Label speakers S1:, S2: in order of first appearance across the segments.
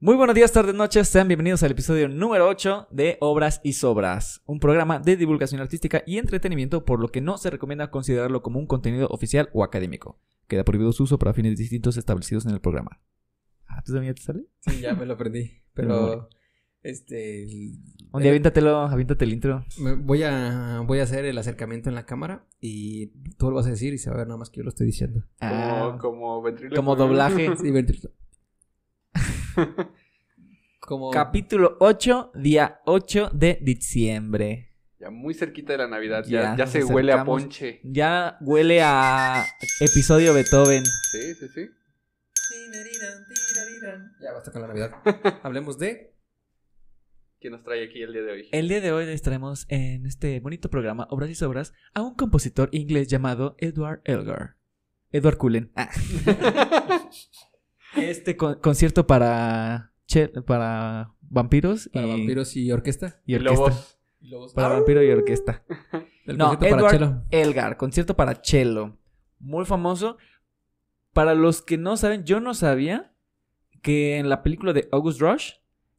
S1: Muy buenos días, tardes, noches. Sean bienvenidos al episodio número 8 de Obras y Sobras, un programa de divulgación artística y entretenimiento, por lo que no se recomienda considerarlo como un contenido oficial o académico. Queda prohibido su uso para fines distintos establecidos en el programa. Ah, ¿tú también ya te sale?
S2: Sí, ya me lo aprendí. Pero, este.
S1: Un día
S2: eh, Oh,
S1: aviéntatelo, aviéntate el intro.
S2: me- voy, a, voy a hacer el acercamiento en la cámara y tú lo vas a decir y se va a ver nada más que yo lo estoy diciendo.
S1: Ah,
S3: Como, como ventrílocuo.
S1: como doblaje.
S2: Sí, ventríloco. Como.
S1: Capítulo 8, día 8 de diciembre.
S3: Ya muy cerquita de la Navidad. Ya,
S1: Ya,
S3: ya
S1: nos
S3: se huele a
S1: acercamos.
S3: ponche.
S1: Ya huele a episodio Beethoven.
S3: Sí, sí, sí.
S2: Ya basta con la Navidad. Hablemos de.
S3: ¿Quién nos trae aquí el día de hoy?
S1: El día de hoy les traemos en este bonito programa Obras y Sobras a un compositor inglés llamado Edward Elgar. Edward Cullen. Ah. Este con- concierto para, che- para vampiros
S2: Para
S1: y,
S2: vampiros y orquesta.
S1: y orquesta.
S3: Lobos.
S2: Y lobos. Ah.
S1: Para vampiro y orquesta.
S2: El
S1: No,
S2: concierto para
S1: Edward
S2: Chelo.
S1: Elgar, concierto para cello. Muy famoso. Para los que no saben, yo no sabía que en la película de August Rush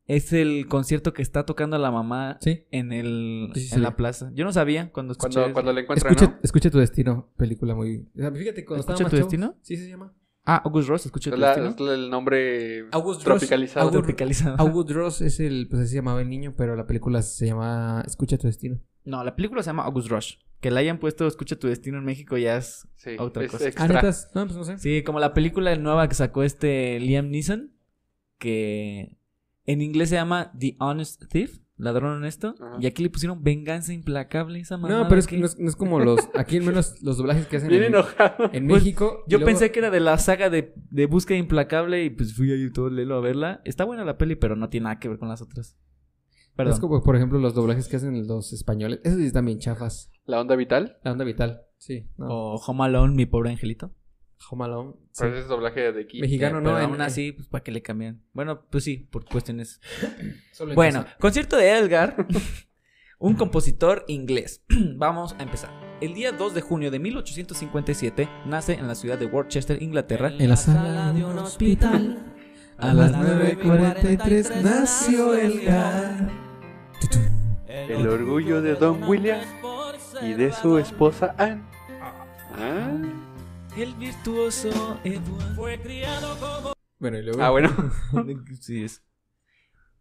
S1: es el concierto que está tocando la mamá
S2: Sí.
S1: en el
S2: Sí, sí,
S1: en
S2: sí.
S1: la plaza. Yo no sabía cuando escuché.
S3: Cuando, cuando la encuentran,
S2: Escucha,
S3: ¿no?
S2: escucha tu destino, película muy. o sea, Fíjate, cuando
S1: ¿Escucha
S2: estaba más
S1: tu
S2: chavo-
S1: destino?
S2: Sí, sí se llama.
S1: Ah, August Ross, escuché
S3: Es
S1: tu
S3: la-
S1: destino.
S3: es el nombre
S2: August Ross.
S3: tropicalizado.
S2: August-
S1: Tropicalizado.
S2: August Ross es el, pues así se llamaba el niño, pero la película se llama Escucha tu destino.
S1: No, la película se llama August Rush. Que la hayan puesto Escucha tu destino en México ya es.
S3: Sí,
S1: Otra
S3: es
S1: cosa.
S2: Ah,
S3: extra.
S2: netas, no, pues no sé.
S1: Sí, como la película nueva que sacó este Liam Neeson. Que en inglés se llama The Honest Thief, ladrón honesto.
S3: Ajá.
S1: Y aquí le pusieron Venganza Implacable esa mamada
S2: no, pero es que
S1: que-
S2: no es, no es como los, aquí al menos los doblajes que hacen
S3: Bien
S2: en,
S3: enojado.
S2: en
S1: Pues,
S2: México.
S1: Yo pensé que era de la saga de, de Búsqueda Implacable y pues fui ahí todo lelo a verla. Está buena la peli, pero no tiene nada que ver con las otras. Perdón.
S2: Es como, por ejemplo, los doblajes que hacen los españoles. Esos sí están bien chafas.
S3: La onda vital.
S2: La onda vital. Sí. No.
S1: O Home Alone, mi pobre angelito.
S2: Home Alone. sí.
S3: Pero ese es doblaje de aquí.
S2: Mexicano,
S1: Eh,
S2: ¿no?
S1: pero
S2: En-
S1: aún así, pues para que le cambien. Bueno, pues sí, por cuestiones.
S2: Solo en
S1: Bueno,
S2: casa.
S1: concierto de Elgar, un compositor inglés. Vamos a empezar. El día 2 de junio de 1857 nace en la ciudad de Worcester, Inglaterra.
S2: En la sala de un hospital. A las 9.43 nació Elgar.
S3: El orgullo de Don William y de su esposa Anne. Ah,
S1: El virtuoso Edward.
S2: Bueno, y luego.
S3: Ah, bueno.
S1: sí es.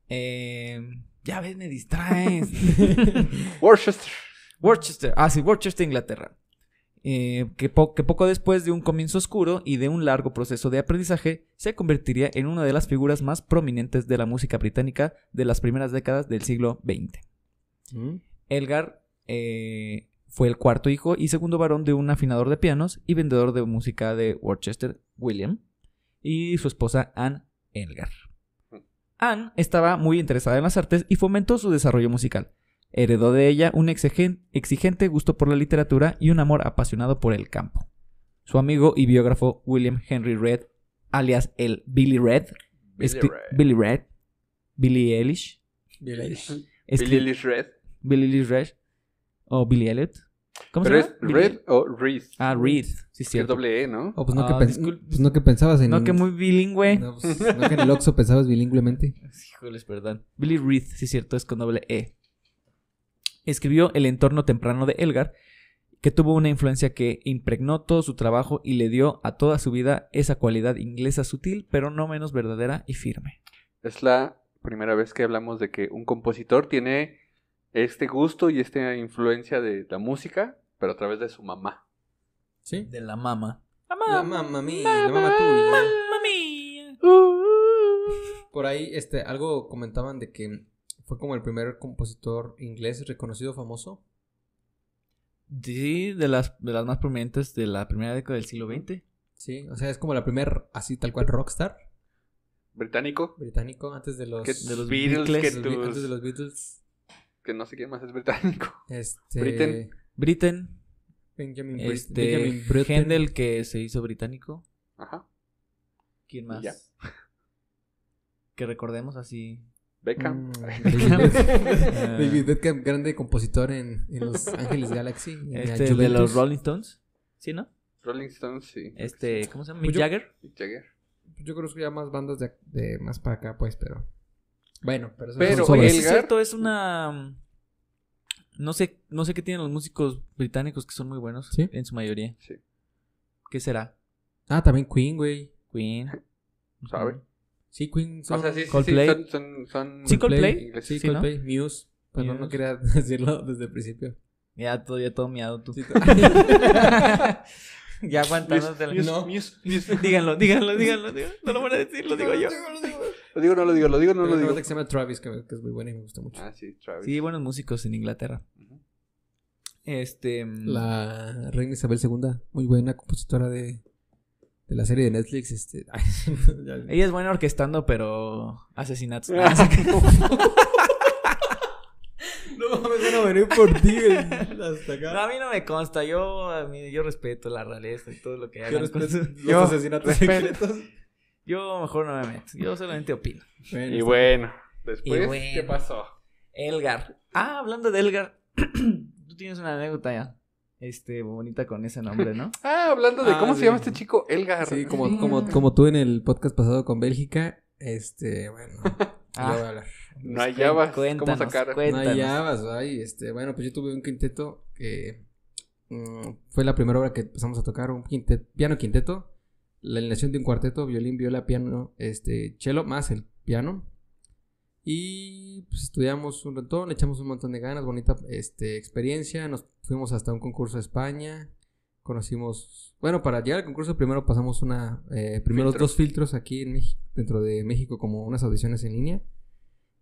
S1: Eh, ya ves, me distraes.
S3: Worcester.
S1: Worcester, ah sí, Worcester, Inglaterra. Eh, que, po- que poco después de un comienzo oscuro y de un largo proceso de aprendizaje, se convertiría en una de las figuras más prominentes de la música británica de las primeras décadas del siglo XX.
S2: Mm.
S1: Elgar eh, fue el cuarto hijo y segundo varón de un afinador de pianos y vendedor de música de Worcester, William, y su esposa Anne Elgar. Anne estaba muy interesada en las artes y fomentó su desarrollo musical. Heredó de ella un exigen- exigente gusto por la literatura y un amor apasionado por el campo. Su amigo y biógrafo William Henry Red, alias el Billy Red, escri- Billy
S3: Billy
S1: Red, Billy Eilish,
S2: Village.
S1: escri-
S3: Eilish Red.
S1: Billy Lee Red o Billy Elliot. ¿Cómo
S3: ¿Pero
S1: se
S3: es
S1: llama? Billy-
S3: Red o Reese?
S1: Ah, Reed. Sí,
S3: Es que es
S1: cierto.
S3: doble E, ¿no?
S2: Oh, pues no, que
S1: Ah,
S2: pens-
S1: disculpe.
S2: pues no que pensabas en.
S1: No, que muy bilingüe.
S2: No, pues, no que en el Oxxo pensabas bilingüemente.
S1: Híjoles, perdón. Billy Reed, sí, cierto, es con doble E. Escribió El entorno temprano de Elgar, que tuvo una influencia que impregnó todo su trabajo y le dio a toda su vida esa cualidad inglesa sutil, pero no menos verdadera y firme.
S3: Es la primera vez que hablamos de que un compositor tiene este gusto y esta influencia de la música, pero a través de su mamá.
S2: Sí.
S1: De la mama.
S2: La mamá mía, la mamá tuya.
S1: Mamma mía.
S2: Por ahí, este, algo comentaban de que fue como el primer compositor inglés reconocido famoso.
S1: Sí, de las, de las más prominentes de la primera década del siglo XX.
S2: Sí, o sea, es como la primer, así tal cual, rockstar
S3: Británico,
S2: británico antes de los,
S3: que
S1: de los
S3: Beatles,
S1: Beatles,
S3: que
S2: los Be-
S3: tus-
S2: antes de los Beatles.
S3: que no sé quién más es británico.
S2: Este,
S3: Britain.
S1: Britain,
S2: Benjamin, Brit-
S1: este,
S2: Benjamin Britten.
S1: Händel que se hizo británico.
S3: Ajá.
S1: ¿Quién
S3: Y
S1: más?
S3: ya.
S1: Que recordemos así. eh,
S2: Mm,
S3: Beckham.
S2: David Beckham. David Beckham, grande compositor en, en Los Ángeles Galaxy. en la
S1: Este, de los
S2: Juventus.
S1: Rolling Stones. ¿Sí, no?
S3: Rolling Stones, sí.
S1: Este, ¿cómo se llama?
S2: Pues
S1: Mick
S2: yo-
S1: Jagger.
S3: Mick Jagger.
S2: Yo creo que ya más bandas de, de más para acá, pues, pero. Bueno, pero eso
S3: Pero
S2: no
S1: Oye,
S2: es
S1: sí
S3: Elgar-
S1: es cierto, es una... No sé, no sé qué tienen los músicos británicos que son muy buenos,
S2: ¿Sí?
S1: en su mayoría.
S3: Sí.
S1: ¿Qué será?
S2: Ah, también Queen, güey.
S1: Queen.
S3: ¿Sabe?
S1: Ujú.
S2: Sí, Queen.
S3: O
S2: Son...
S3: sea, sí, sí, sí,
S1: Coldplay.
S3: son, son, son
S1: Sí, Coldplay.
S3: ingleses.
S2: Sí,
S1: Sí, ¿no?
S2: Coldplay, Muse. Pero no
S1: Muse.
S2: quería decirlo desde el principio.
S1: Ya todo, ya todo miado tú.
S2: Sí, tú-
S1: ya aguantándote.
S3: Muse,
S1: No.
S3: Muse, Muse.
S1: Díganlo, díganlo, díganlo, díganlo. No lo van a decir, lo digo yo.
S3: Lo digo, no lo digo, lo digo, no
S2: Hay una
S3: lo digo.
S2: banda que se llama Travis, que, que es muy buena y me gusta mucho.
S3: Ah, sí, Travis.
S1: Sí, buenos músicos en Inglaterra.
S3: Ujú.
S1: Este... mm,
S2: La reina Isabel II, muy buena compositora de, de la serie de Netflix. Este, ay, ya-
S1: Ella es buena orquestando, pero asesinatos.
S3: Ah,
S2: no mames, van a venir por ti güey, hasta
S1: No,
S2: acá.
S1: a mí no me consta. Yo, a mí- yo respeto la realeza y todo lo que
S2: Yo
S1: hagan. con
S2: respeto
S1: su-
S2: pues, los
S1: Yo,
S2: asesinatos
S3: respeto.
S2: secretos.
S1: yo mejor no me meto. Yo solamente opino.
S2: Bueno,
S3: Y
S2: está-
S3: bueno, después,
S1: este. Y bueno.
S3: ¿qué pasó?
S1: Elgar. Ah, hablando de Elgar. tú tienes una anécdota ya. Este, bonita con ese nombre, ¿no?
S3: Ah, hablando de
S2: Ah,
S3: cómo
S2: sí.
S3: se llama este chico, Elgar.
S2: Sí, como, como, como tú en el podcast pasado con Bélgica, este, bueno,
S1: Ah.
S2: yo voy a hablar.
S3: No
S1: Pues,
S3: hallabas
S1: cuen-
S3: cómo sacar.
S1: cuéntanos.
S2: No hallabas, ay, este, bueno, pues yo tuve un quinteto que mm, fue la primera obra que empezamos a tocar, un quinteto, piano quinteto, la alineación de un cuarteto, violín, viola, piano, este, cello, más el piano. Y pues estudiamos un montón, le echamos un montón de ganas, bonita este, experiencia, nos fuimos hasta un concurso a España, conocimos, bueno, para llegar al concurso primero pasamos una, eh, primeros
S3: Filtros.
S2: dos filtros aquí en México, dentro de México como unas audiciones en línea.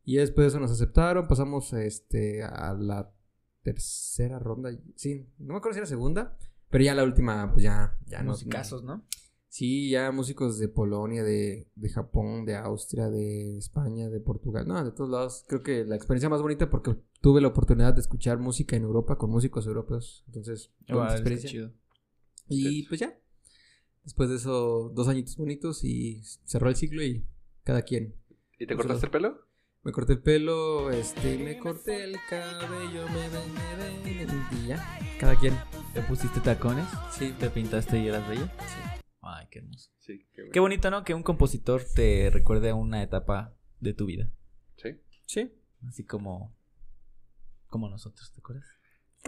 S2: Y ya después de eso nos aceptaron, pasamos este, a la tercera ronda. Sí, no me acuerdo si era segunda, pero ya la última, pues ya, ya nos-
S1: Musicazos, ¿no?
S2: Sí, ya músicos de Polonia, de, de Japón, de Austria, de España, de Portugal, no, de todos lados. Creo que la experiencia más bonita porque tuve la oportunidad de escuchar música en Europa con músicos europeos. Entonces, fue
S1: Igual,
S2: una
S1: está
S2: experiencia.
S1: chido.
S2: Y pues ya. Después de eso, dos añitos bonitos y cerró el ciclo y cada quien
S3: ¿Y te cortaste el pelo?
S2: me corté el pelo, este, me corté el cabello, me veneré y ya. Cada quien.
S1: ¿Te pusiste tacones?
S2: Sí,
S1: ¿Te pintaste y eras bella?
S2: Sí.
S1: Ay, qué hermoso.
S3: Sí, qué bueno.
S1: Qué bonito, ¿no? Que un compositor te recuerde a una etapa de tu vida.
S3: Sí.
S2: sí.
S1: Así como... Como nosotros, ¿te acuerdas?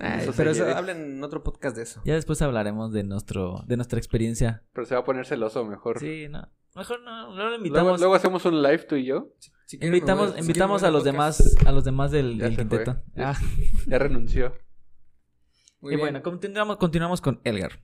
S3: Ay,
S2: pero
S3: Esos pero
S2: eso,
S3: eso- ayeres.
S2: hablen en otro podcast de eso.
S1: Ya después hablaremos de nuestro... De nuestra experiencia.
S3: Pero se va a poner celoso mejor.
S1: Sí, no. Mejor no, no lo
S3: Luego,
S1: invitamos.
S3: luego hacemos un live tú y yo.
S1: invitamos invitamos a los demás a los demás del,
S3: Ya
S1: del
S3: se fue.
S1: quinteto.
S3: Ya.
S1: Ah,
S3: Ya renunció.
S1: y bueno, continuamos, continuamos con Elgar.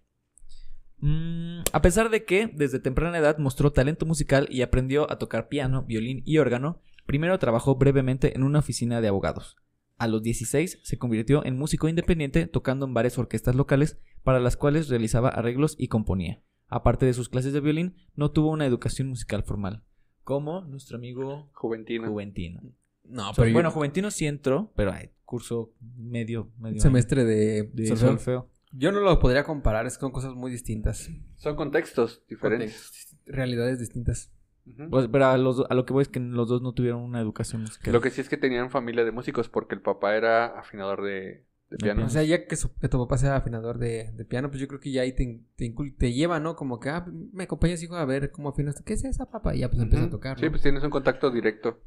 S1: Mm, a pesar de que desde temprana edad mostró talento musical y aprendió a tocar piano, violín y órgano, primero trabajó brevemente en una oficina de abogados. A los 16 se convirtió en músico independiente tocando en varias orquestas locales para las cuales realizaba arreglos y componía. Aparte de sus clases de violín, no tuvo una educación musical formal, como nuestro amigo
S3: Juventino.
S1: Juventino.
S2: No,
S1: So- bueno,
S2: pero bueno,
S1: Juventino sí entró, pero hay curso medio, medio
S2: semestre de,
S1: de
S2: solfeo.
S1: solfeo.
S2: Yo no lo podría comparar, es que son cosas muy distintas.
S3: Son contextos diferentes.
S2: Contextos, Realidades distintas.
S3: Ujú.
S1: Pues, pero a, los do- a lo que voy es que los dos no tuvieron una educación musical.
S3: Lo que sí es que tenían familia de músicos porque el papá era afinador de, de piano.
S2: O sea, ya que, su- que tu papá sea afinador de, de piano, pues yo creo que ya ahí te, in- te, incul- te lleva, ¿no? Como que, ah, me acompañas, hijo, a ver cómo afinas. ¿Qué es esa, papá? Y ya pues empieza a
S3: Ujú.
S2: tocar,
S3: Sí,
S2: ¿no?
S3: pues tienes un contacto directo.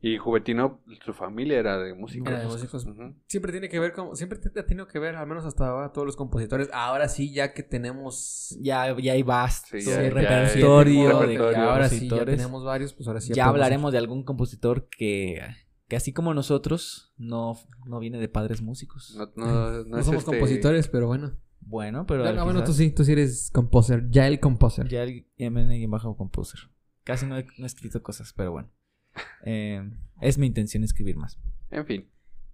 S3: Y Juventino, su familia era de músicos.
S2: Era de músicos.
S3: Ujú.
S2: Siempre tiene que ver, como, siempre te- te ha tenido que ver, al menos hasta ahora, todos los compositores. Ahora sí, ya que tenemos
S1: ya, ya hay vasto
S3: Sí,
S2: ya-
S1: de
S2: ya-
S1: repertorio,
S3: ya-
S1: de
S3: ya- ya-
S2: ahora sí, ya
S1: compositores.
S2: tenemos varios, pues ahora sí.
S1: ya
S2: podemos-
S1: hablaremos de algún compositor que, que así como nosotros, no, no viene de padres músicos.
S3: No, no- no
S2: No,
S3: es
S2: somos
S3: este-
S2: compositores, pero bueno.
S1: Bueno, pero...
S2: Ya,
S1: al
S2: ah, bueno, tú
S1: quizás-
S2: sí, tú sí eres composer, ya el composer.
S1: Ya el MN bajo composer. Casi no he, no he escrito cosas, pero bueno. Eh, es mi intención escribir más.
S3: En fin.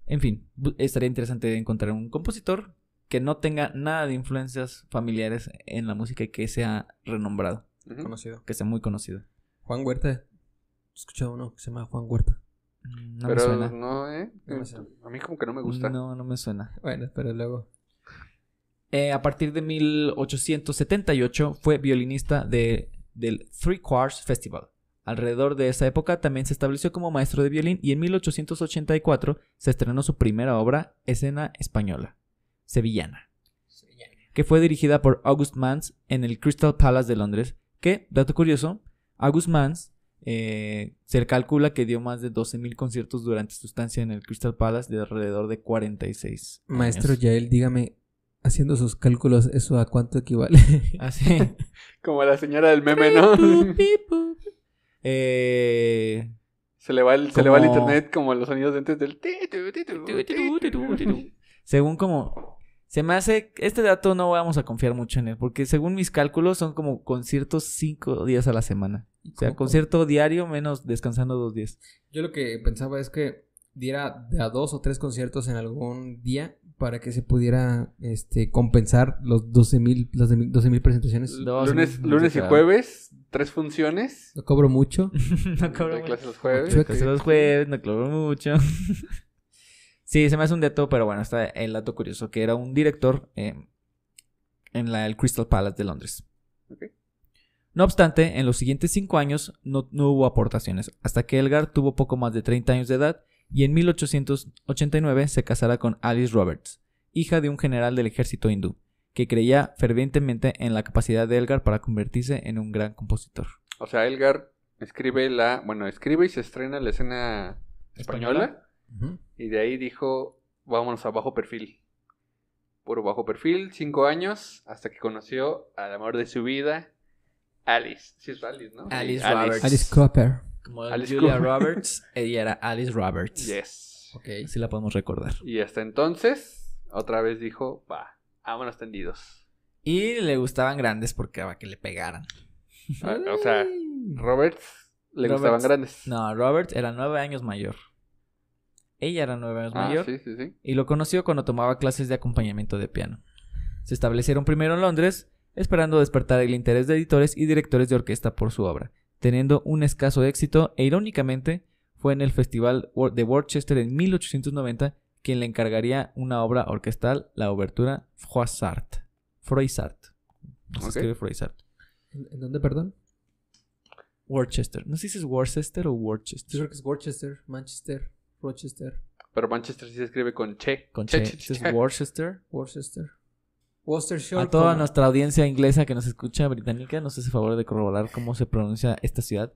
S1: En fin, bu- estaría interesante encontrar un compositor que no tenga nada de influencias familiares en la música y que sea renombrado,
S3: Ujú.
S2: Conocido.
S1: que sea muy conocido.
S2: Juan Huerta. He escuchado uno que se llama Juan Huerta.
S1: Mm, No me
S3: Pero
S1: suena.
S3: no, ¿eh?
S2: No me suena.
S3: A mí como que no me gusta.
S1: No, no me suena.
S2: Bueno, pero luego.
S1: Eh, a partir de 1878 fue violinista de, del Three Quarts Festival. Alrededor de esa época también se estableció como maestro de violín y en 1884 se estrenó su primera obra, Escena Española, Sevillana. que fue dirigida por August Mans en el Crystal Palace de Londres, que, dato curioso, August Mans eh, se calcula que dio más de 12.000 conciertos durante su estancia en el Crystal Palace de alrededor de 46. años.
S2: Maestro Yael, dígame, haciendo sus cálculos, ¿eso a cuánto equivale?
S1: Así.
S3: Como la señora del meme, ¿no?
S1: Eh,
S3: Se le va el, se le va el
S1: Como-
S3: internet como los sonidos de antes del... ti, tu, ti, tu, ti, tu, ti, tu.
S1: según como... Se me hace... Este dato no vamos a confiar mucho en él, porque según mis cálculos son como conciertos cinco días a la semana. O sea,
S2: ¿Cómo?
S1: concierto diario menos descansando dos días.
S2: Yo lo que pensaba es que diera de a dos o tres conciertos en algún día para que se pudiera este, compensar los 12.000 mil 12, presentaciones.
S1: Dos,
S3: Lunes,
S1: no
S3: lunes
S1: sé
S3: y
S1: qué.
S3: tres tres funciones.
S2: Lo cobro mucho.
S1: no cobro
S3: Doy
S1: mucho.
S3: clases los jueves.
S1: Porque se los jueves, no cobro mucho. sí, se me hace un dato, pero bueno, está el dato curioso, que era un director eh, en la, el Crystal Palace de Londres.
S3: Ok.
S1: No obstante, en los siguientes cinco años no, no hubo aportaciones, hasta que Elgar tuvo poco más de 30 años de edad y en 1889 se casará con Alice Roberts, hija de un general del ejército hindú, que creía fervientemente en la capacidad de Elgar para convertirse en un gran compositor.
S3: O sea, Elgar escribe la... Bueno, escribe y se estrena la escena española.
S2: Ujú.
S3: Y de ahí dijo, vámonos a bajo perfil. Puro bajo perfil, cinco años, hasta que conoció al amor de su vida, Alice. Sí es Alice, ¿no?
S1: Alice
S3: Sí,
S1: Roberts.
S2: Alice Cooper.
S1: Como
S3: Alice
S1: Julia
S3: Cooper.
S1: Roberts, ella era Alice Roberts.
S3: Yes.
S2: Ok.
S1: Así la podemos recordar.
S3: Y hasta entonces, otra vez dijo, va, vámonos tendidos.
S1: Y le gustaban grandes porque para que le pegaran.
S3: Ah, O sea, Roberts le
S1: Roberts.
S3: gustaban grandes.
S1: No, Roberts era nueve años mayor. Ella era nueve años
S3: Ah,
S1: mayor
S3: sí, sí, sí.
S1: y lo conoció cuando tomaba clases de acompañamiento de piano. Se establecieron primero en Londres, esperando despertar el interés de editores y directores de orquesta por su obra, teniendo un escaso éxito e irónicamente fue en el Festival Wor- de Worcester en 1890 quien le encargaría una obra orquestal, la obertura Froissart. Froissart. No se
S3: Ok.
S1: escribe Froissart.
S2: ¿En en dónde, perdón?
S1: Worcester. No sé si es Worcester o
S2: Yo
S1: Worcester.
S2: creo que es Worcester, Manchester, Rochester,
S3: Pero Manchester sí se escribe con che.
S1: Con
S3: Che,
S1: che, Este
S3: che, che,
S1: es
S3: che.
S1: Worcester.
S2: Worcester. Worcestershire.
S1: A toda
S2: con-
S1: nuestra audiencia inglesa que nos escucha británica, nos hace favor de corroborar cómo se pronuncia esta ciudad,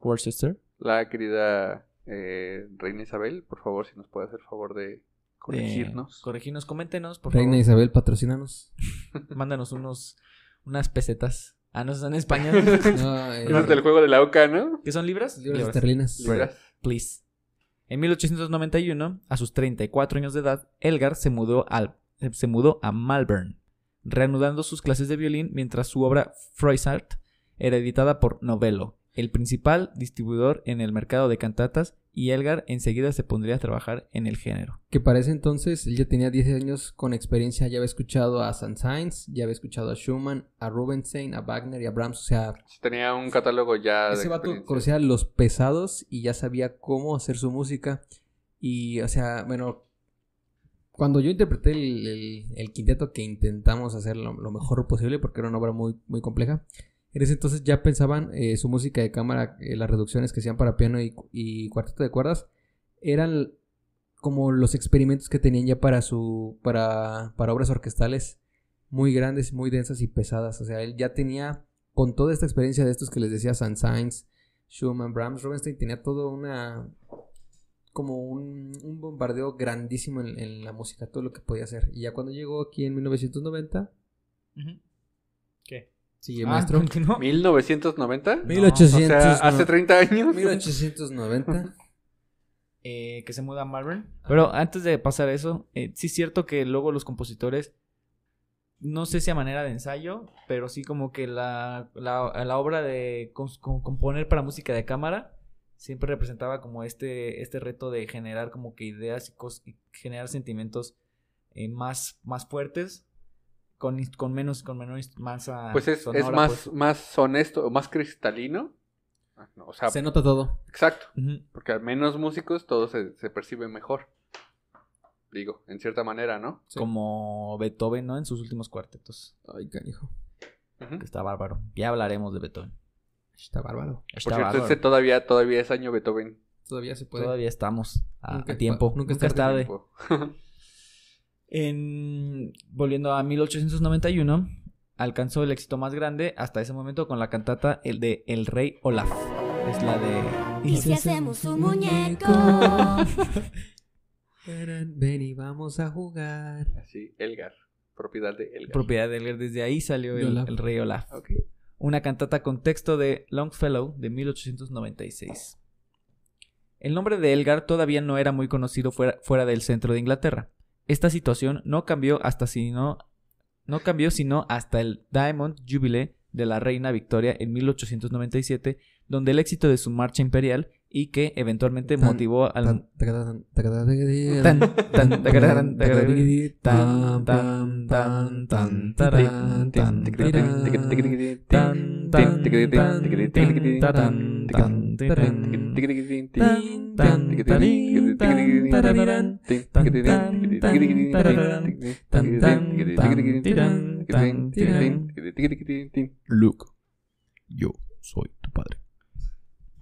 S1: Worcester.
S3: La querida eh, reina Isabel, por favor, si nos puede hacer favor de corregirnos.
S1: Eh, corregirnos, coméntenos, por
S2: Reina
S1: favor.
S2: Isabel, patrocínanos.
S1: Mándanos unos, unas pesetas. Ah, no, son en español.
S3: Eso
S2: No, eh,
S3: es del juego de la OCA, ¿no?
S1: ¿Qué son libras?
S2: libras esterlinas.
S1: Libras.
S3: Libras.
S1: Please. En 1891, a sus 34 años de edad, Elgar se mudó, al, eh, se mudó a Malvern, reanudando sus clases de violín mientras su obra Froissart era editada por Novello, el principal distribuidor en el mercado de cantatas, y Elgar enseguida se pondría a trabajar en el género.
S2: Que para ese entonces él ya tenía 10 años con experiencia, ya había escuchado a Saint-Saëns, ya había escuchado a Schumann, a Rubinstein, a Wagner y a Brahms. O sea,
S3: Tenía un catálogo ya de
S2: ese vato
S3: experiencia.
S2: conocía los pesados y ya sabía cómo hacer su música. Y, o sea, bueno, cuando yo interpreté el, el- el quinteto que intentamos hacer lo, lo mejor posible, porque era una obra muy, muy compleja, en ese entonces ya pensaban eh, su música de cámara, eh, las reducciones que hacían para piano y, cu- y cuarteto de cuerdas, eran como los experimentos que tenían ya para su para, para obras orquestales muy grandes, muy densas y pesadas. O sea, él ya tenía, con toda esta experiencia de estos que les decía, San Sainz, Schumann, Brahms, Rubinstein, tenía todo una. como un, un bombardeo grandísimo en, en la música, todo lo que podía hacer. Y ya cuando llegó aquí en 1990,
S1: ¿Qué?
S2: sigue maestro.
S3: 1990.
S1: Mi-
S3: O
S2: 1800,
S3: sea, hace 30 años.
S2: 1890.
S1: eh, que se muda a Malvern. Pero antes de pasar eso, eh, sí es cierto que luego los compositores, no sé si a manera de ensayo, pero sí como que la, la- la obra de cons- com- componer para música de cámara siempre representaba como este, este reto de generar como que ideas y, cos- y generar sentimientos eh, más, más fuertes. Con, ins- con menos, con menor ins- masa
S3: Pues es, es
S1: sonora,
S3: más,
S1: pues.
S3: más honesto, más cristalino. Ah, no, o sea,
S2: Se nota todo.
S3: exacto.
S1: Ujú.
S3: Porque al menos músicos todo se, se percibe mejor. Digo, en cierta manera, ¿no?
S2: Sí.
S1: Como Beethoven, ¿no? En sus últimos cuartetos.
S2: Ay, canijo.
S3: Ujú.
S1: Que está bárbaro. Ya hablaremos de Beethoven.
S2: Está bárbaro.
S1: Está
S3: Por cierto,
S1: bárbaro.
S3: este todavía, todavía es año Beethoven.
S2: Todavía se puede.
S1: Todavía estamos a, a
S2: Nunca es
S1: tiempo.
S2: pa-
S1: Nunca,
S2: nunca es
S1: es tarde.
S3: Tiempo.
S1: En, volviendo a 1891, alcanzó el éxito más grande hasta ese momento con la cantata el de El Rey Olaf. Es la de...
S4: ¿Y si hacemos un muñeco?
S2: Tarán, Ven y vamos a jugar.
S3: Así, Elgar. Propiedad de Elgar.
S1: Propiedad de Elgar, desde ahí salió
S2: De
S1: el,
S2: Olaf.
S1: el Rey Olaf.
S3: Ok.
S1: Una cantata con texto de Longfellow de 1896. El nombre de Elgar todavía no era muy conocido fuera, fuera del centro de Inglaterra. Esta situación no cambió hasta sino, no cambió sino hasta el Diamond Jubilee de la reina Victoria en 1897, donde el éxito de su marcha imperial y que eventualmente
S2: Tan,
S1: motivó al
S2: Tan, tacatán, tacatán, tacatán.
S1: Tan, tan, tacatán, tacatán.
S2: Tan, tan, tan, tan, tarán, tan, tirán.
S1: Tan, tan, tan, tan, tan, tan, tan.
S2: Tan, tan, tarín, tan, tarararán. Tan, tan, tan, tirán, tan, tirán.
S1: Luke, yo soy tu padre.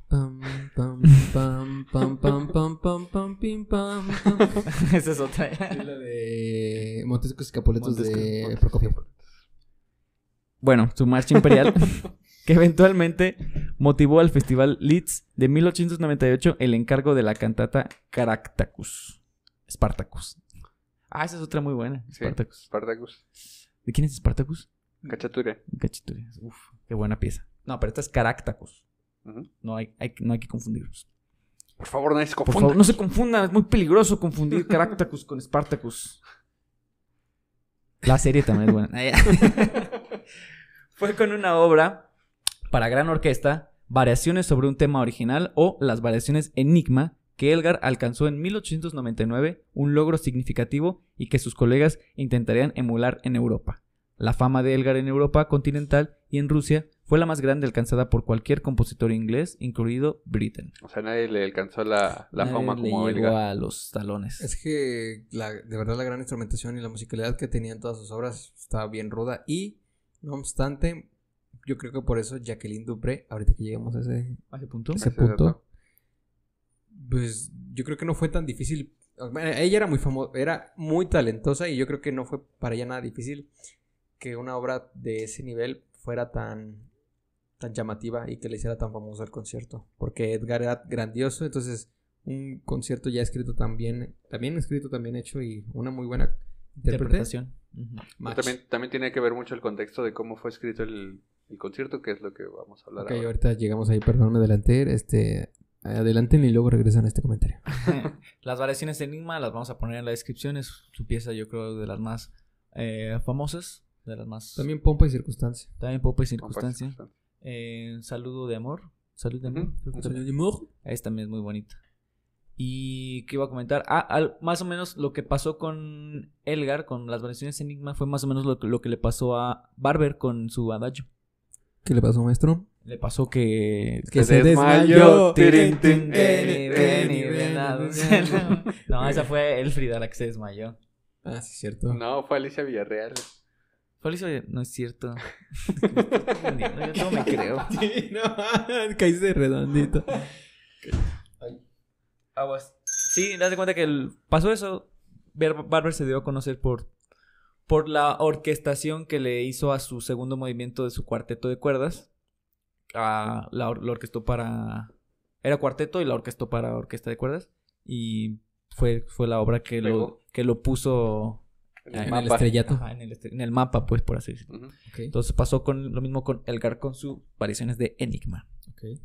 S2: Pam, pam, pam, pam, pam, pam, pam, pam, pim, pam, pam.
S1: Esa es otra.
S2: Es la de Montescos y Capuletos de
S1: Montescos.
S2: Procopio.
S1: Bueno, su marcha imperial, que eventualmente motivó al Festival Leeds de 1898 el encargo de la cantata Caractacus. Spartacus. Ah, esa es otra muy buena.
S3: Sí.
S1: Spartacus.
S3: Spartacus.
S1: ¿De quién es Spartacus?
S3: Cachatura.
S1: Cachiturias. Uf, qué buena pieza. No, pero esta es Caractacus.
S3: Ujú.
S1: No hay, hay- no hay que confundirlos.
S3: Por favor, no se
S1: Por
S3: confundan.
S1: favor, no se confundan. Es muy peligroso confundir Caractacus con Spartacus. La serie también es buena. Ah, ya. Fue con una obra para gran orquesta, variaciones sobre un tema original o las variaciones Enigma, que Elgar alcanzó en 1899, un logro significativo y que sus colegas intentarían emular en Europa. La fama de Elgar en Europa continental y en Rusia fue la más grande alcanzada por cualquier compositor inglés, incluido Britten.
S3: O sea, nadie le alcanzó la, la
S1: Nadie
S3: fama
S1: le
S3: como
S1: llegó
S3: Elgar.
S1: a los talones.
S2: Es que la- de verdad la gran instrumentación y la musicalidad que tenían todas sus obras estaba bien ruda y no obstante, yo creo que por eso Jacqueline Dupré, ahorita que llegamos a ese,
S1: ¿A ese punto?
S2: ese
S3: Ese
S2: punto,
S3: dato.
S2: pues yo creo que no fue tan difícil. Bueno, Ella era muy famosa, era muy talentosa y yo creo que no fue para ella nada difícil que una obra de ese nivel fuera tan tan llamativa y que le hiciera tan famoso el concierto, porque Edgar era grandioso, entonces un concierto ya escrito también, también escrito, también hecho y una muy buena interpretación.
S1: Interpretación. Ujú.
S3: Pero También, también tiene que ver mucho el contexto de cómo fue escrito el, el concierto, que es lo que vamos a hablar
S2: Ok,
S3: ahora.
S2: ahorita llegamos ahí, perdón, me adelanté, este, adelanten y luego regresan a este comentario.
S1: las variaciones de Enigma las vamos a poner en la descripción. Es su pieza, yo creo, de las más eh, famosas. De las más.
S2: También pompa y circunstancia.
S1: También Popa y
S3: Con
S1: Circunstancia.
S3: Patrick Constance.
S1: Eh, saludo de amor. Salud de
S3: Ujú.
S1: amor. creo que
S3: Un
S1: también. Es también muy bonita. ¿Y qué iba a comentar? Ah, al- más o menos lo que pasó con Elgar, con las variaciones Enigma, fue más o menos lo, que- lo que le pasó a Barber con su adagio.
S2: ¿Qué le pasó, maestro?
S1: Le pasó que
S2: Que
S3: se desmayó. Tin, tin,
S1: Ven y ven y
S2: ven,
S1: ven a
S2: ven,
S1: dulce.
S2: ven.
S1: No, esa fue Elfrida la que se desmayó.
S2: Ah, sí, es cierto.
S3: No, fue Alicia Villarreal.
S1: ¿Cuál hizo? No es cierto. Yo todo me creo.
S2: Sí, no, caíste redondito.
S1: Aguas. Sí, das de cuenta que el- pasó eso. Ber- Barber se dio a conocer por, por la orquestación que le hizo a su segundo movimiento de su cuarteto de cuerdas. Ah, la, or- lo orquestó para. Era cuarteto y la orquestó para orquesta de cuerdas. Y fue, fue la obra que lo,
S3: Pegó.
S1: que lo puso
S2: En
S1: Mapa.
S2: el estrellato.
S1: ajá, en, el, este- en el mapa, pues, por así decirlo.
S3: Ujú.
S2: Ok.
S1: Entonces pasó con lo mismo con Elgar con sus variaciones de Enigma.
S2: Ok.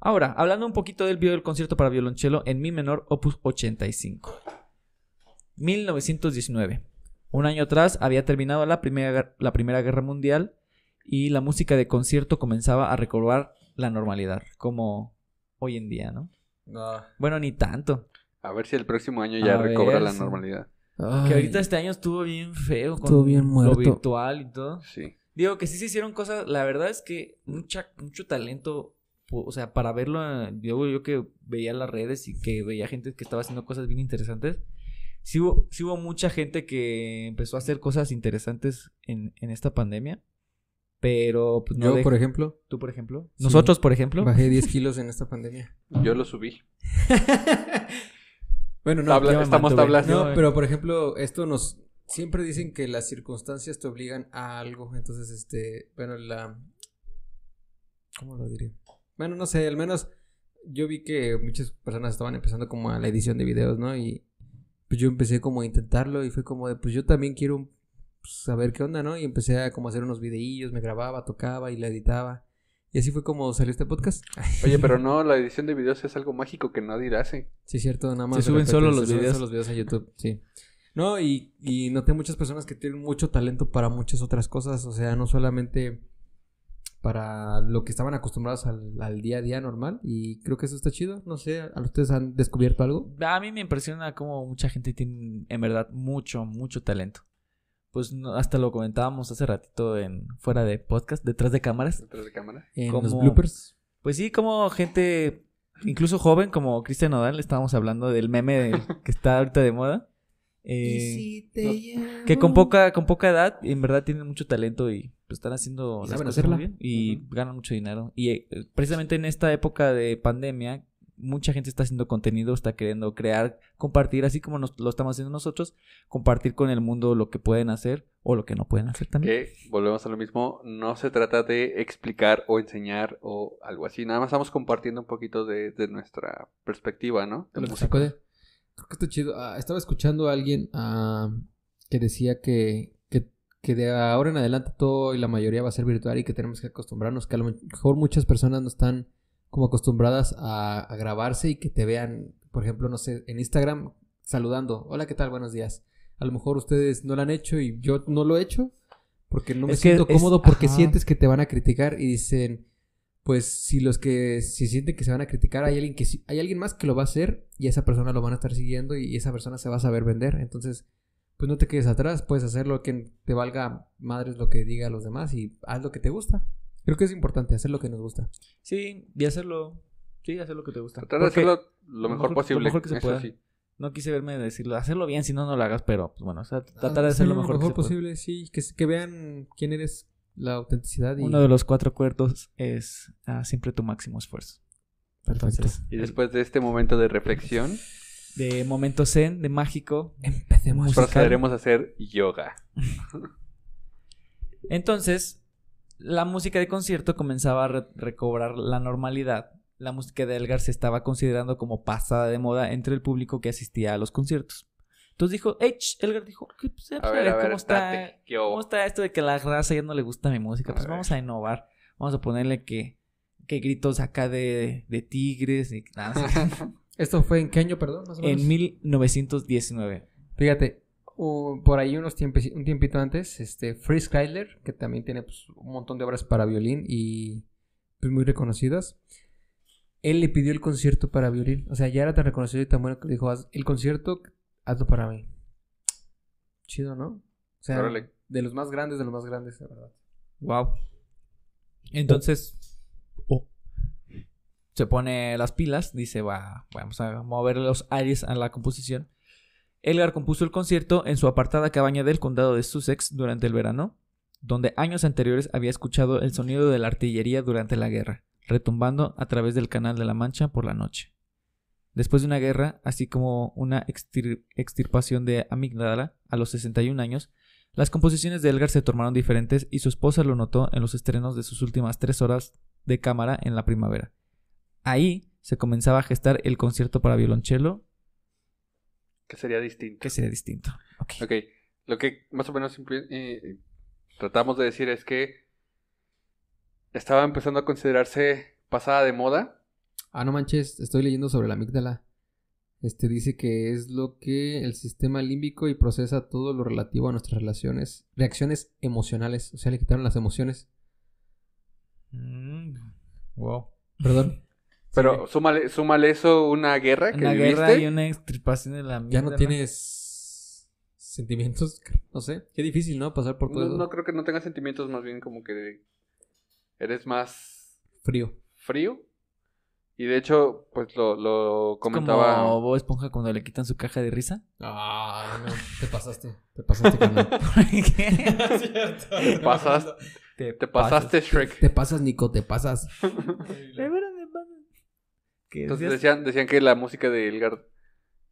S1: Ahora, hablando un poquito del video del concierto para violonchelo en mi menor opus 85. 1919. Un año atrás había terminado la primera, Guer- la primera Guerra Mundial y la música de concierto comenzaba a recobrar la normalidad, como hoy en día, ¿no? Bueno, ni tanto.
S3: A ver si el próximo año ya
S1: A
S3: recobra
S1: ver,
S3: la
S1: sí.
S3: normalidad.
S1: Que ahorita este año estuvo bien feo con
S2: Estuvo bien
S1: lo
S2: muerto.
S1: virtual y todo.
S3: Sí.
S1: Digo que sí se hicieron cosas, la verdad es que mucha, mucho talento, po- o sea, para verlo, eh, yo, yo que veía las redes y que veía gente que estaba haciendo cosas bien interesantes, sí hubo, sí hubo mucha gente que empezó a hacer cosas interesantes en, en esta pandemia, pero pues, no
S2: Yo,
S1: dej-
S2: por ejemplo,
S1: tú, por ejemplo,
S2: Sí.
S1: nosotros, por ejemplo,
S2: bajé 10 kilos en esta pandemia.
S3: Yo lo subí.
S2: bueno, no,
S3: Tabla-
S1: yo me
S3: estamos
S1: mantuve.
S3: tablas.
S1: Yo-
S2: no, pero por ejemplo, esto nos Siempre dicen que las circunstancias te obligan a algo. Entonces, este, bueno, la. ¿Cómo lo diré? Bueno, no sé, al menos yo vi que muchas personas estaban empezando como a la edición de videos, ¿no? Y pues yo empecé como a intentarlo y fue como de, pues yo también quiero pues, saber qué onda, ¿no? Y empecé a como hacer unos videillos, me grababa, tocaba y la editaba. Y así fue como salió este podcast.
S3: Oye, pero no, la edición de videos es algo mágico que nadie hace.
S2: Sí, cierto, nada más.
S1: Se
S2: de
S1: suben
S2: repente
S1: solo
S2: se
S1: los
S2: suben
S1: videos.
S2: solo los videos a YouTube, sí. No, y, y noté muchas personas que tienen mucho talento para muchas otras cosas, o sea, no solamente para lo que estaban acostumbrados al, al día a día normal, y creo que eso está chido, no sé, ¿a ustedes han descubierto algo?
S1: A mí me impresiona cómo mucha gente tiene, en verdad, mucho, mucho talento. Pues no- hasta lo comentábamos hace ratito en fuera de podcast, detrás de cámaras.
S3: Detrás de cámara.
S2: En los
S1: Como-
S2: bloopers.
S1: Pues sí, como gente, incluso joven, como Cristian Nodal, estábamos hablando del meme del- que está ahorita de moda. Eh, no, que con poca, con poca edad, en verdad tienen mucho talento y pues, están haciendo
S2: Y
S1: las
S2: saben
S1: cosas
S2: hacerla.
S1: muy bien y ganan mucho dinero. Y eh, precisamente en esta época de pandemia, mucha gente está haciendo contenido, está queriendo crear, compartir, así como nos, lo estamos haciendo nosotros, compartir con el mundo lo que pueden hacer o lo que no pueden hacer también.
S3: Que volvemos a lo mismo, no se trata de explicar o enseñar o algo así. Nada más estamos compartiendo un poquito de, de nuestra perspectiva, ¿no?
S2: Lo
S3: De
S2: que se
S3: música.
S2: puede. Creo que está chido. Ah, estaba escuchando a alguien ah, que decía que, que, que de ahora en adelante todo y la mayoría va a ser virtual y que tenemos que acostumbrarnos, que a lo mejor muchas personas no están como acostumbradas a, a grabarse y que te vean, por ejemplo, no sé, en Instagram saludando. Hola, ¿qué tal? Buenos días. A lo mejor ustedes no lo han hecho y yo no lo he hecho porque no me
S1: Es que
S2: siento
S1: es-
S2: cómodo porque
S1: ajá.
S2: sientes que te van a criticar y dicen, pues si los que se sienten que se van a criticar, hay alguien que sí- hay alguien más que lo va a hacer y a esa persona lo van a estar siguiendo y esa persona se va a saber vender. Entonces, pues no te quedes atrás, puedes hacer lo que te valga madres lo que diga los demás y haz lo que te gusta. Creo que es importante hacer lo que nos gusta.
S1: Sí, y hacerlo, sí, hacer lo que te gusta.
S3: Tratar de
S1: Porque-
S3: hacerlo
S1: lo
S3: lo mejor
S1: mejor-
S3: posible.
S1: lo mejor que se
S3: eso
S1: pueda.
S3: sí.
S1: No quise verme decirlo, hacerlo bien, si no, no lo hagas, pero pues, bueno, o sea, tratar
S2: Ah,
S1: de hacer lo mejor, que se pueda.
S2: posible, sí, que, que vean quién eres, la autenticidad y
S1: Uno de los cuatro cuerdos es ah, siempre tu máximo esfuerzo.
S2: Perfecto.
S1: Entonces,
S3: Y después de este momento de reflexión,
S1: de momento zen, de mágico.
S2: empecemos.
S1: Musical.
S3: procederemos a hacer yoga.
S1: Entonces, la música de concierto comenzaba a re- recobrar la normalidad. La música de Elgar se estaba considerando como pasada de moda entre el público que asistía a los conciertos. Entonces dijo, H, Elgar dijo, "¿Qué- pues,
S3: A ver, a ver,
S1: ¿cómo está?
S3: estate, ¿qué hubo?
S1: ¿Cómo está esto de que la raza ya no le gusta mi música?
S3: A
S1: Pues
S3: ver.
S1: vamos a innovar. Vamos a ponerle que, que gritos acá de, de tigres y nada. no sé.
S2: Esto fue en qué año, perdón, más o menos?
S1: en 1919.
S2: Fíjate, u- por ahí unos tiempos, un tiempito antes, este Fritz Kreisler, que también tiene pues, un montón de obras para violín y pues, muy reconocidas, él le pidió el concierto para violín. O sea, ya era tan reconocido y tan bueno que dijo, "Haz el concierto, hazlo para mí. Chido, ¿no? O sea,
S3: Órale.
S2: de los más grandes, de los más grandes, la verdad.
S1: Wow. Entonces, oh, se pone las pilas, dice, va, vamos a mover los aires a la composición. Elgar compuso el concierto en su apartada cabaña del condado de Sussex durante el verano, donde años anteriores había escuchado el sonido de la artillería durante la guerra, retumbando a través del Canal de la Mancha por la noche. Después de una guerra, así como una extir- extirpación de amígdala a los 61 años, las composiciones de Elgar se tornaron diferentes y su esposa lo notó en los estrenos de sus últimas tres horas de cámara en la primavera. Ahí se comenzaba a gestar el concierto para violonchelo,
S3: Que sería distinto.
S1: que sería distinto. Ok.
S3: Ok, lo que más o menos impli- eh, tratamos de decir es que estaba empezando a considerarse pasada de moda.
S2: Ah, no manches, estoy leyendo sobre la amígdala. Este dice que es lo que el sistema límbico y procesa todo lo relativo a nuestras relaciones, reacciones emocionales. O sea, le quitaron las emociones.
S1: Mm, wow.
S2: Perdón.
S3: Pero súmale, súmale eso una guerra que
S1: Una
S3: viviste.
S1: guerra y una extirpación de la
S2: Ya no
S1: amígdala.
S2: tienes sentimientos. No sé. Qué difícil, ¿no? Pasar por todo
S3: No,
S2: eso.
S3: no creo que no tengas sentimientos, más bien como que eres más
S2: frío.
S3: frío. Y de hecho, pues lo, lo comentaba.
S1: Como Bob Esponja cuando le quitan su caja de risa.
S2: Ah, no. Te pasaste. Te pasaste, carnal.
S3: Te pasas- Te pasaste, Shrek.
S2: Te pasas, Nico, te pasas.
S1: De verdad, me pasa. Que
S3: Entonces
S1: decías-
S3: decían, decían que la música de Elgar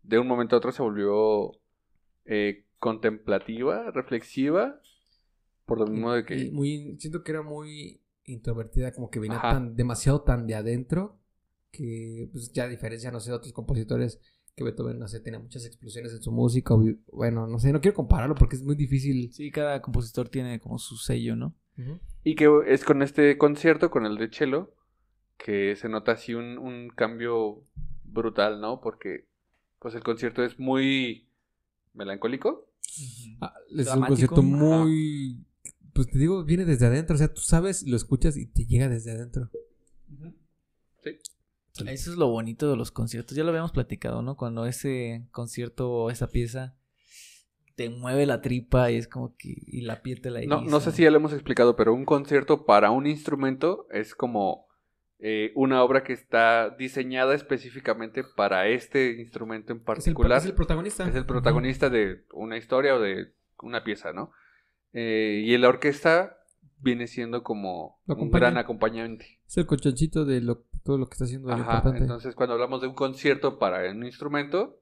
S3: de un momento a otro se volvió eh, contemplativa, reflexiva, por lo mismo de que...
S2: Y muy, siento que era muy introvertida, como que venía
S3: Ajá.
S2: tan, demasiado tan de adentro, que pues, ya a diferencia, no sé, de otros compositores que Beethoven, no sé, tenía muchas explosiones en su música. o vi- Bueno, no sé, no quiero compararlo porque es muy difícil.
S1: Sí, cada compositor tiene como su sello, ¿no?
S3: Y que es con este concierto, con el de Chelo, que se nota así un, un cambio brutal, ¿no? Porque pues el concierto es muy melancólico.
S2: Ah, es un
S1: Dramático.
S2: concierto muy... Pues te digo, viene desde adentro, o sea, tú sabes, lo escuchas y te llega desde adentro.
S1: Eso es lo bonito de los conciertos. Ya lo habíamos platicado, ¿no? Cuando ese concierto o esa pieza te mueve la tripa y es como que. Y la piel te la
S3: No, no sé
S1: eriza.
S3: si ya lo hemos explicado, pero un concierto para un instrumento es como eh, una obra que está diseñada específicamente para este instrumento en
S2: Es el,
S3: particular.
S2: es el protagonista.
S3: es el protagonista de una historia o de una pieza, ¿no? Eh, y la orquesta viene siendo como
S2: Lo
S3: un
S2: acompaña.
S3: gran acompañante.
S2: Es el colchonchito de lo, todo lo que está haciendo el
S3: Ajá,
S2: importante.
S3: entonces cuando hablamos de un concierto para un instrumento,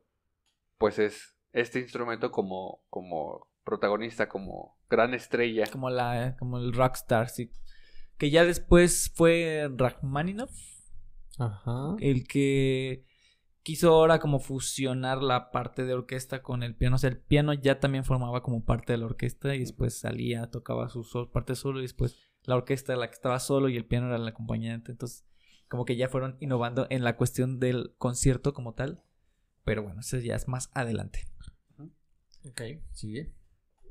S3: pues es este instrumento como, como protagonista, como gran estrella.
S1: Como, la, como el rockstar, sí. Que ya después fue Rachmaninoff
S2: Ajá.
S1: el que quiso ahora como fusionar la parte de orquesta con el piano. O sea, el piano ya también formaba como parte de la orquesta y después salía, tocaba su sol, parte solo y después la orquesta era la que estaba solo y el piano era el acompañante. Entonces, como que ya fueron innovando en la cuestión del concierto como tal. Pero bueno, eso ya es más adelante.
S2: Ok, sigue.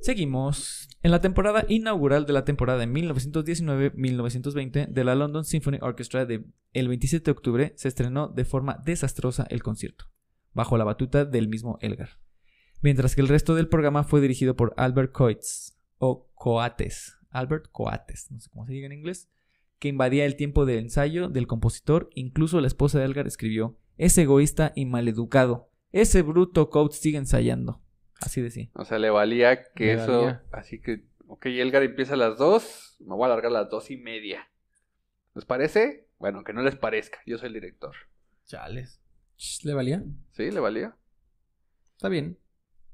S1: Seguimos. En la temporada inaugural de la temporada de 1919-1920 de la London Symphony Orchestra de el 27 de octubre se estrenó de forma desastrosa el concierto, bajo la batuta del mismo Elgar. Mientras que el resto del programa fue dirigido por Albert Coates o Coates, Albert Coates, no sé cómo se diga en inglés, que invadía el tiempo de ensayo del compositor, incluso la esposa de Elgar escribió: "Es egoísta y maleducado. Ese bruto Coates sigue ensayando." Así decía.
S3: O sea, le valía que
S2: Le
S3: eso.
S2: valía.
S3: Así que, ok, Elgar empieza a las dos, me voy a alargar a las dos y media. ¿Les parece? Bueno, que no les parezca, yo soy el director.
S1: Chales.
S2: Ch, ¿Le valía?
S3: ¿Sí? ¿Le valía?
S2: Está bien.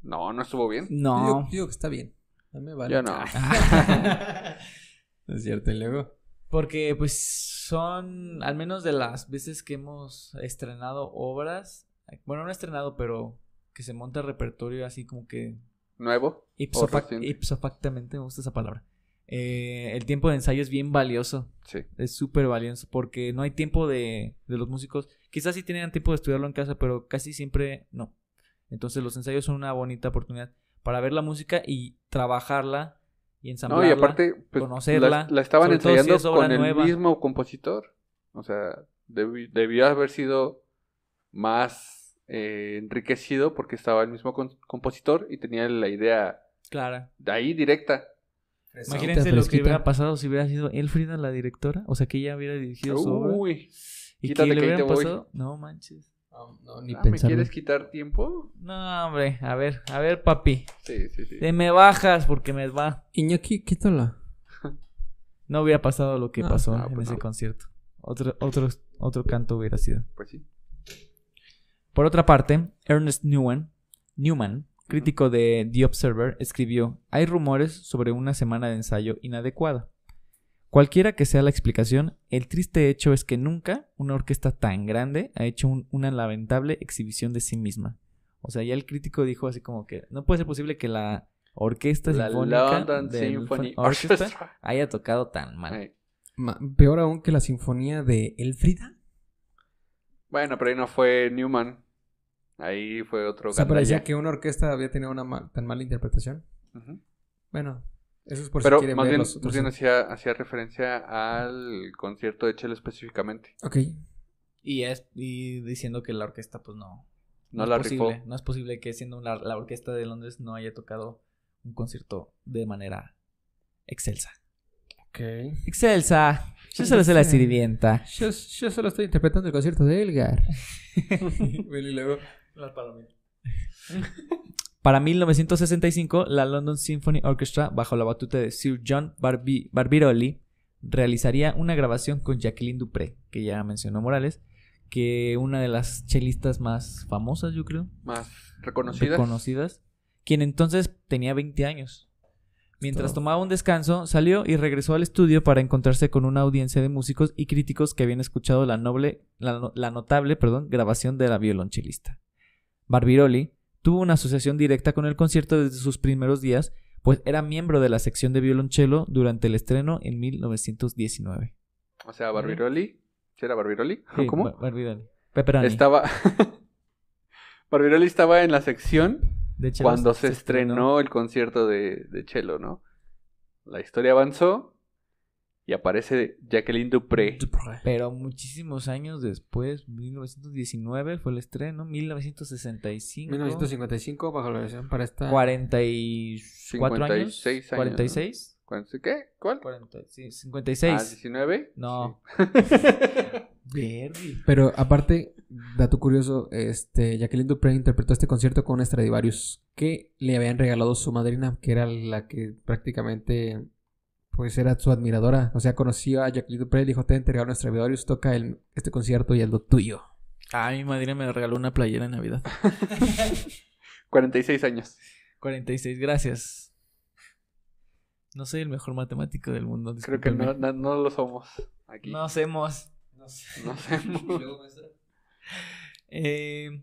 S3: No, no estuvo bien.
S2: Yo
S1: No.
S2: Digo, digo que está bien. No me vale. Ah,
S3: Yo no.
S2: No es cierto, y luego.
S1: Porque pues son, al menos de las veces que hemos estrenado obras, bueno, no estrenado, pero que se monta repertorio así como que
S3: Nuevo.
S1: ipso
S3: Obra
S1: fac-
S3: reciente.
S1: ipso factamente, me gusta esa palabra. Eh, el tiempo de ensayo es bien valioso,
S3: Sí.
S1: es súper valioso, porque no hay tiempo de, de los músicos. Quizás sí tienen tiempo de estudiarlo en casa, pero casi siempre no. Entonces los ensayos son una bonita oportunidad para ver la música y trabajarla y
S3: No,
S1: ensamblarla.
S3: y aparte, pues,
S1: conocerla,
S3: la, la estaban
S1: sobre todo si
S3: ensayando
S1: es obra
S3: con el
S1: nueva.
S3: mismo compositor. O sea, debi- debió haber sido más eh, enriquecido porque estaba el mismo con- compositor y tenía la idea
S1: Clara.
S3: de ahí directa.
S1: Imagínense lo que
S2: fresquita.
S1: hubiera pasado si hubiera sido Elfrida la directora, o sea que ella hubiera dirigido su obra
S3: Uy,
S1: y que
S3: quítate
S1: le
S3: que ahí te
S1: hubieran
S3: voy.
S1: pasado. No manches.
S2: No, no, ni
S3: ah, ¿me
S2: pensarlo.
S3: quieres quitar tiempo?
S1: No, hombre, a ver, a ver, papi.
S3: Sí, sí, sí.
S1: Te me bajas porque me va.
S2: Iñaki, quítala.
S1: No hubiera pasado lo que
S2: No,
S1: pasó
S3: no,
S1: en
S3: pues
S1: ese
S3: no.
S1: concierto. Otro, otro, otro canto hubiera sido.
S3: Pues sí.
S1: Por otra parte, Ernest Newman, Newman, crítico de The Observer, escribió, hay rumores sobre una semana de ensayo inadecuada. Cualquiera que sea la explicación, el triste hecho es que nunca una orquesta tan grande ha hecho un- una lamentable exhibición de sí misma. O sea, ya el crítico dijo así como que no puede ser posible que la orquesta
S3: La
S1: sinfónica
S3: London
S1: del
S3: Symphony
S1: Fo- Orchestra
S3: Orchestra.
S1: haya tocado tan mal.
S3: Eh,
S2: Ma- peor aún que la sinfonía de Elfrida.
S3: Bueno, pero ahí no fue Newman. Ahí fue otro
S2: O sea,
S3: gandalla.
S2: parecía que una orquesta había tenido una ma- tan mala interpretación.
S3: Ujú.
S2: Bueno, eso es por
S3: Pero
S2: si quieren
S3: más
S2: ver
S3: bien,
S2: los
S3: más
S2: otros.
S3: bien hacía, hacía referencia al concierto de Chelo específicamente.
S2: Ok.
S1: Y, es, y diciendo que la orquesta pues no,
S3: No,
S1: es
S3: la
S1: posible,
S3: rifó.
S1: No es posible que siendo una- la orquesta de Londres no haya tocado un concierto de manera excelsa.
S2: Ok.
S1: Excelsa. Yo solo soy la
S2: Sí.
S1: sirvienta.
S2: Yo, yo solo estoy interpretando el concierto de Elgar. bueno, y luego.
S1: Para 1965, la London Symphony Orchestra, bajo la batuta de Sir John Barbi- Barbirolli, realizaría una grabación con Jacqueline Dupré, que ya mencionó Morales, que una de las chelistas más famosas, yo creo.
S3: Más reconocida.
S1: reconocidas, quien entonces tenía 20 años. Mientras
S2: Esto-
S1: tomaba un descanso, salió y regresó al estudio para encontrarse con una audiencia de músicos y críticos que habían escuchado la, noble, la, no- la notable perdón, grabación de la violonchelista. Barbirolli tuvo una asociación directa con el concierto desde sus primeros días, pues era miembro de la sección de violonchelo durante el estreno en 1919.
S3: O sea, Barbiroli. ¿Sí era Barbiroli?
S1: Sí,
S3: Ah, ¿Cómo?
S1: Bar- Barbirolli. Pepperoni.
S3: Estaba. Barbiroli estaba en la sección
S1: De hecho,
S3: cuando se, estrenó, el concierto de, de Chelo, ¿no? La historia avanzó y aparece Jacqueline Dupré.
S1: Pero muchísimos años después, 1919 fue el estreno, 1965.
S2: 1955 bajo la versión para esta
S1: 44 años.
S3: 56 años,
S1: 46.
S3: ¿Cuánto- ¿Qué? ¿Cuál?
S1: 40, sí,
S3: Ah,
S1: 56.
S3: 19.
S1: No. Verdi.
S2: Pero aparte, dato curioso, este, Jacqueline Dupré interpretó este concierto con Stradivarius, que le habían regalado su madrina, que era la que prácticamente, pues era su admiradora. O sea, conoció a Jacqueline Dupré y dijo, te entregaron un Stradivarius, toca el- este concierto y es lo tuyo.
S1: Ah, mi madre me regaló una playera en Navidad.
S3: 46 años.
S1: 46, gracias. No soy el mejor matemático del mundo.
S3: Creo que no,
S1: discúlpenme.
S3: no, no lo somos aquí.
S1: No hacemos. No
S3: No hacemos. Y luego,
S1: Eh,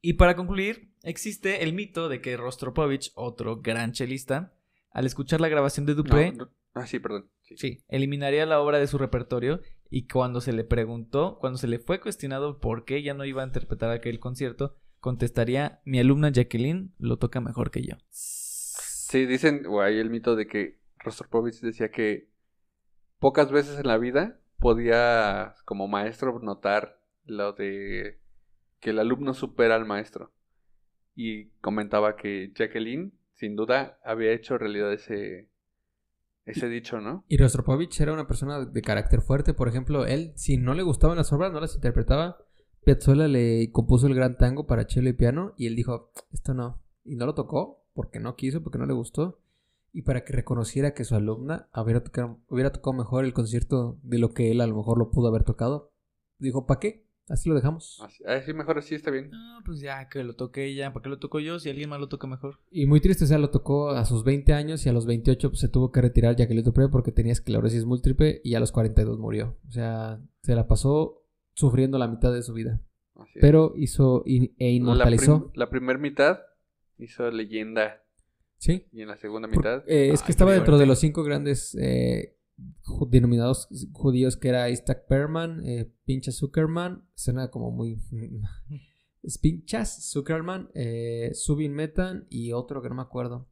S1: y para concluir, existe el mito de que Rostropovich, otro gran chelista, al escuchar la grabación de Dupré,
S3: No, no. Ah, sí, perdón. Sí.
S1: sí, eliminaría la obra de su repertorio y cuando se le preguntó, cuando se le fue cuestionado por qué ya no iba a interpretar aquel concierto, contestaría, mi alumna Jacqueline lo toca mejor que yo.
S3: Sí, dicen, o hay el mito de que Rostropovich decía que pocas veces en la vida podía, como maestro, notar lo de que el alumno supera al maestro. Y comentaba que Jacqueline, sin duda, había hecho realidad ese, ese dicho, ¿no?
S2: Y Rostropovich era una persona de carácter fuerte, por ejemplo, él, si no le gustaban las obras, no las interpretaba. Piazzolla le compuso el gran tango para cello y piano y él dijo, esto no. Y no lo tocó porque no quiso, porque no le gustó. Y para que reconociera que su alumna hubiera tocado, hubiera tocado mejor el concierto de lo que él a lo mejor lo pudo haber tocado, dijo, ¿para qué? Así lo dejamos.
S3: Así, ah, sí, mejor así está bien.
S1: No, pues ya que lo toque ella, ¿para qué lo toco yo si alguien más lo toca mejor?
S2: Y muy triste, o sea, lo tocó a sus 20 años y a los 28 pues, se tuvo que retirar Jacqueline Dupré porque tenía esclerosis múltiple y a los 42 murió. O sea, se la pasó sufriendo la mitad de su vida.
S3: Así es.
S2: Pero hizo in- e
S3: Eh, la,
S2: inmortalizó.
S3: primera mitad hizo leyenda
S2: Sí.
S3: y en la segunda
S2: Por-
S3: mitad... ah,
S2: eh, es
S1: Ay,
S2: que
S1: qué
S2: estaba dentro
S1: fuerte.
S2: de los cinco grandes eh, ju- denominados judíos que era Isaac Perman, eh, Pinchas Zuckerman, suena como muy... es Pinchas Zuckerman, eh, Subin Metan y otro que no me acuerdo.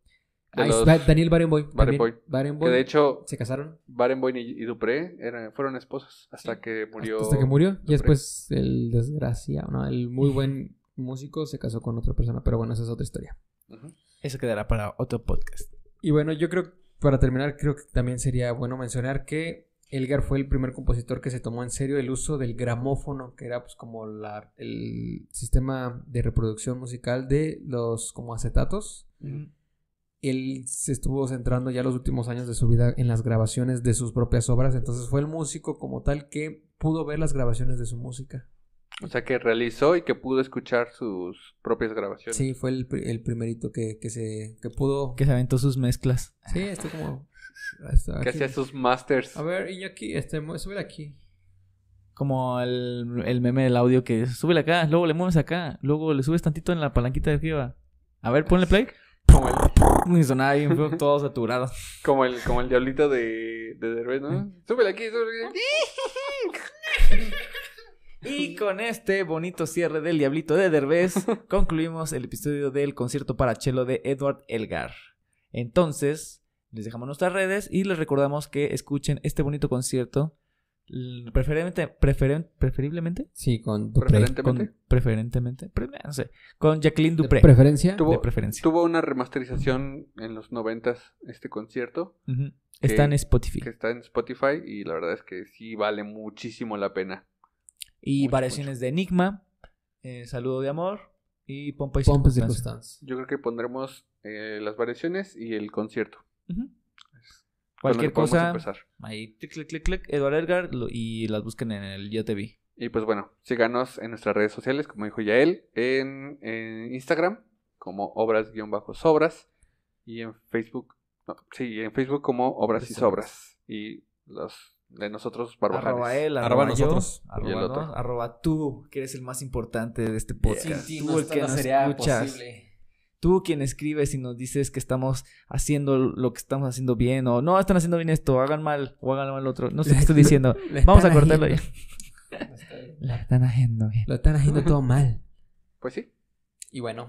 S3: De
S2: Ah, es
S3: los-
S2: Ba- Daniel Barenboim.
S3: Barenboim.
S2: Daniel Barenboim.
S3: que de hecho,
S2: se casaron
S3: Barenboim y, y Dupré eran- fueron esposos hasta que murió...
S2: hasta, hasta que murió. Y
S3: Dupré.
S2: después el desgracia, no, el muy buen músico se casó con otra persona. Pero bueno, esa es otra historia.
S3: Ujú.
S1: Eso quedará para otro podcast.
S2: Y bueno, yo creo, para terminar, creo que también sería bueno mencionar que Elgar fue el primer compositor que se tomó en serio el uso del gramófono, que era pues como la- el sistema de reproducción musical de los como acetatos.
S1: Mm.
S2: Él se estuvo centrando ya los últimos años de su vida en las grabaciones de sus propias obras, entonces fue el músico como tal que pudo ver las grabaciones de su música.
S3: O sea, que realizó y que pudo escuchar sus propias grabaciones.
S2: Sí, fue el, pri- el primerito que, que se que pudo...
S1: Que se aventó sus mezclas.
S2: Sí, esto como...
S3: Que hacía sus masters.
S2: A ver, Iñaki, este, mu- súbele aquí.
S1: Como el, el meme del audio que sube acá, luego le mueves acá, luego le subes tantito en la palanquita de arriba. A ver, ponle play.
S3: Como el,
S1: Y sonaba bien feo, todo saturado.
S3: como el, como el diablito de, de Derbez, ¿no? Súbele aquí, súbele aquí.
S1: Y con este bonito cierre del Diablito de Derbez, concluimos el episodio del concierto para cello de Edward Elgar. Entonces, les dejamos nuestras redes y les recordamos que escuchen este bonito concierto. l- Preferiblemente, preferen- preferiblemente,
S2: Sí, con Dupré.
S3: Preferente.
S1: con, preferentemente, pre- no sé, con Jacqueline
S2: De
S1: Dupré,
S2: preferencia.
S3: Tuvo-
S1: de preferencia.
S3: Tuvo una remasterización en los noventas este concierto
S1: Ujú. Está en Spotify.
S3: que está en Spotify y la verdad es que sí vale muchísimo la pena.
S1: y
S3: mucho,
S1: variaciones de Enigma, eh, Saludo de Amor y Pompa y
S2: Pompas de
S1: Circunstancia.
S2: Constance.
S3: Yo creo que pondremos eh, las variaciones y el concierto.
S1: Ujú.
S3: Con Pues lo que
S1: Cualquier
S3: podemos
S1: cosa,
S3: empezar.
S1: ahí clic, clic, clic, clic, Eduardo Edgar lo- y las busquen en el Yo Te Vi.
S3: Y pues bueno, síganos en nuestras redes sociales, como dijo Yael, en, en Instagram, como obras-sobras y en Facebook, no, sí, en Facebook como obras y
S2: Sobras.
S3: sobras y los de nosotros barbajanes.
S1: Arroba él,
S2: Arroba
S1: arroba,
S2: nosotros.
S1: yo, arroba,
S3: Y el
S1: nos,
S3: otro.
S1: arroba tú, que eres el más importante de este
S5: Sin
S1: podcast.
S5: ti
S1: tú,
S5: no,
S1: el
S5: esto
S1: que
S5: no
S1: nos
S5: sería
S1: escuchas.
S5: posible.
S1: Tú quien escribes y nos dices que estamos haciendo lo que estamos haciendo bien o no, están haciendo bien esto, hagan mal o hagan mal otro. No sé qué estoy diciendo. Vamos a cortarlo ya. La están haciendo bien.
S2: Lo están haciendo todo mal.
S3: Pues sí.
S5: Y bueno,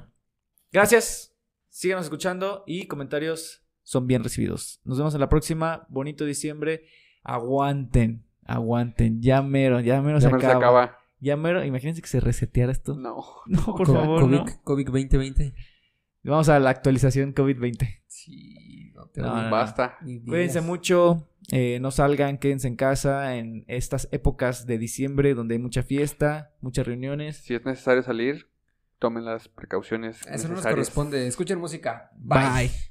S1: Gracias. Síganos escuchando y comentarios son bien recibidos. Nos vemos en la próxima. Bonito diciembre. Aguanten. Aguanten. Ya mero, ya mero,
S3: Ya
S1: se,
S3: menos se
S1: acaba.
S3: acaba.
S1: Ya mero. Imagínense que se reseteara esto. No,
S3: No.
S1: por
S2: Co-
S1: favor,
S2: COVID,
S1: no.
S2: COVID 2020.
S1: Vamos a la actualización COVID-20.
S2: Sí, no te
S1: No, no, no.
S3: Basta.
S2: ni digas.
S1: Cuídense mucho. eh, no salgan, quédense en casa en estas épocas de diciembre donde hay mucha fiesta, muchas reuniones.
S3: Si es necesario salir, tomen las precauciones
S5: eso no nos
S3: necesarias.
S5: corresponde. Escuchen música. Bye.
S1: Bye.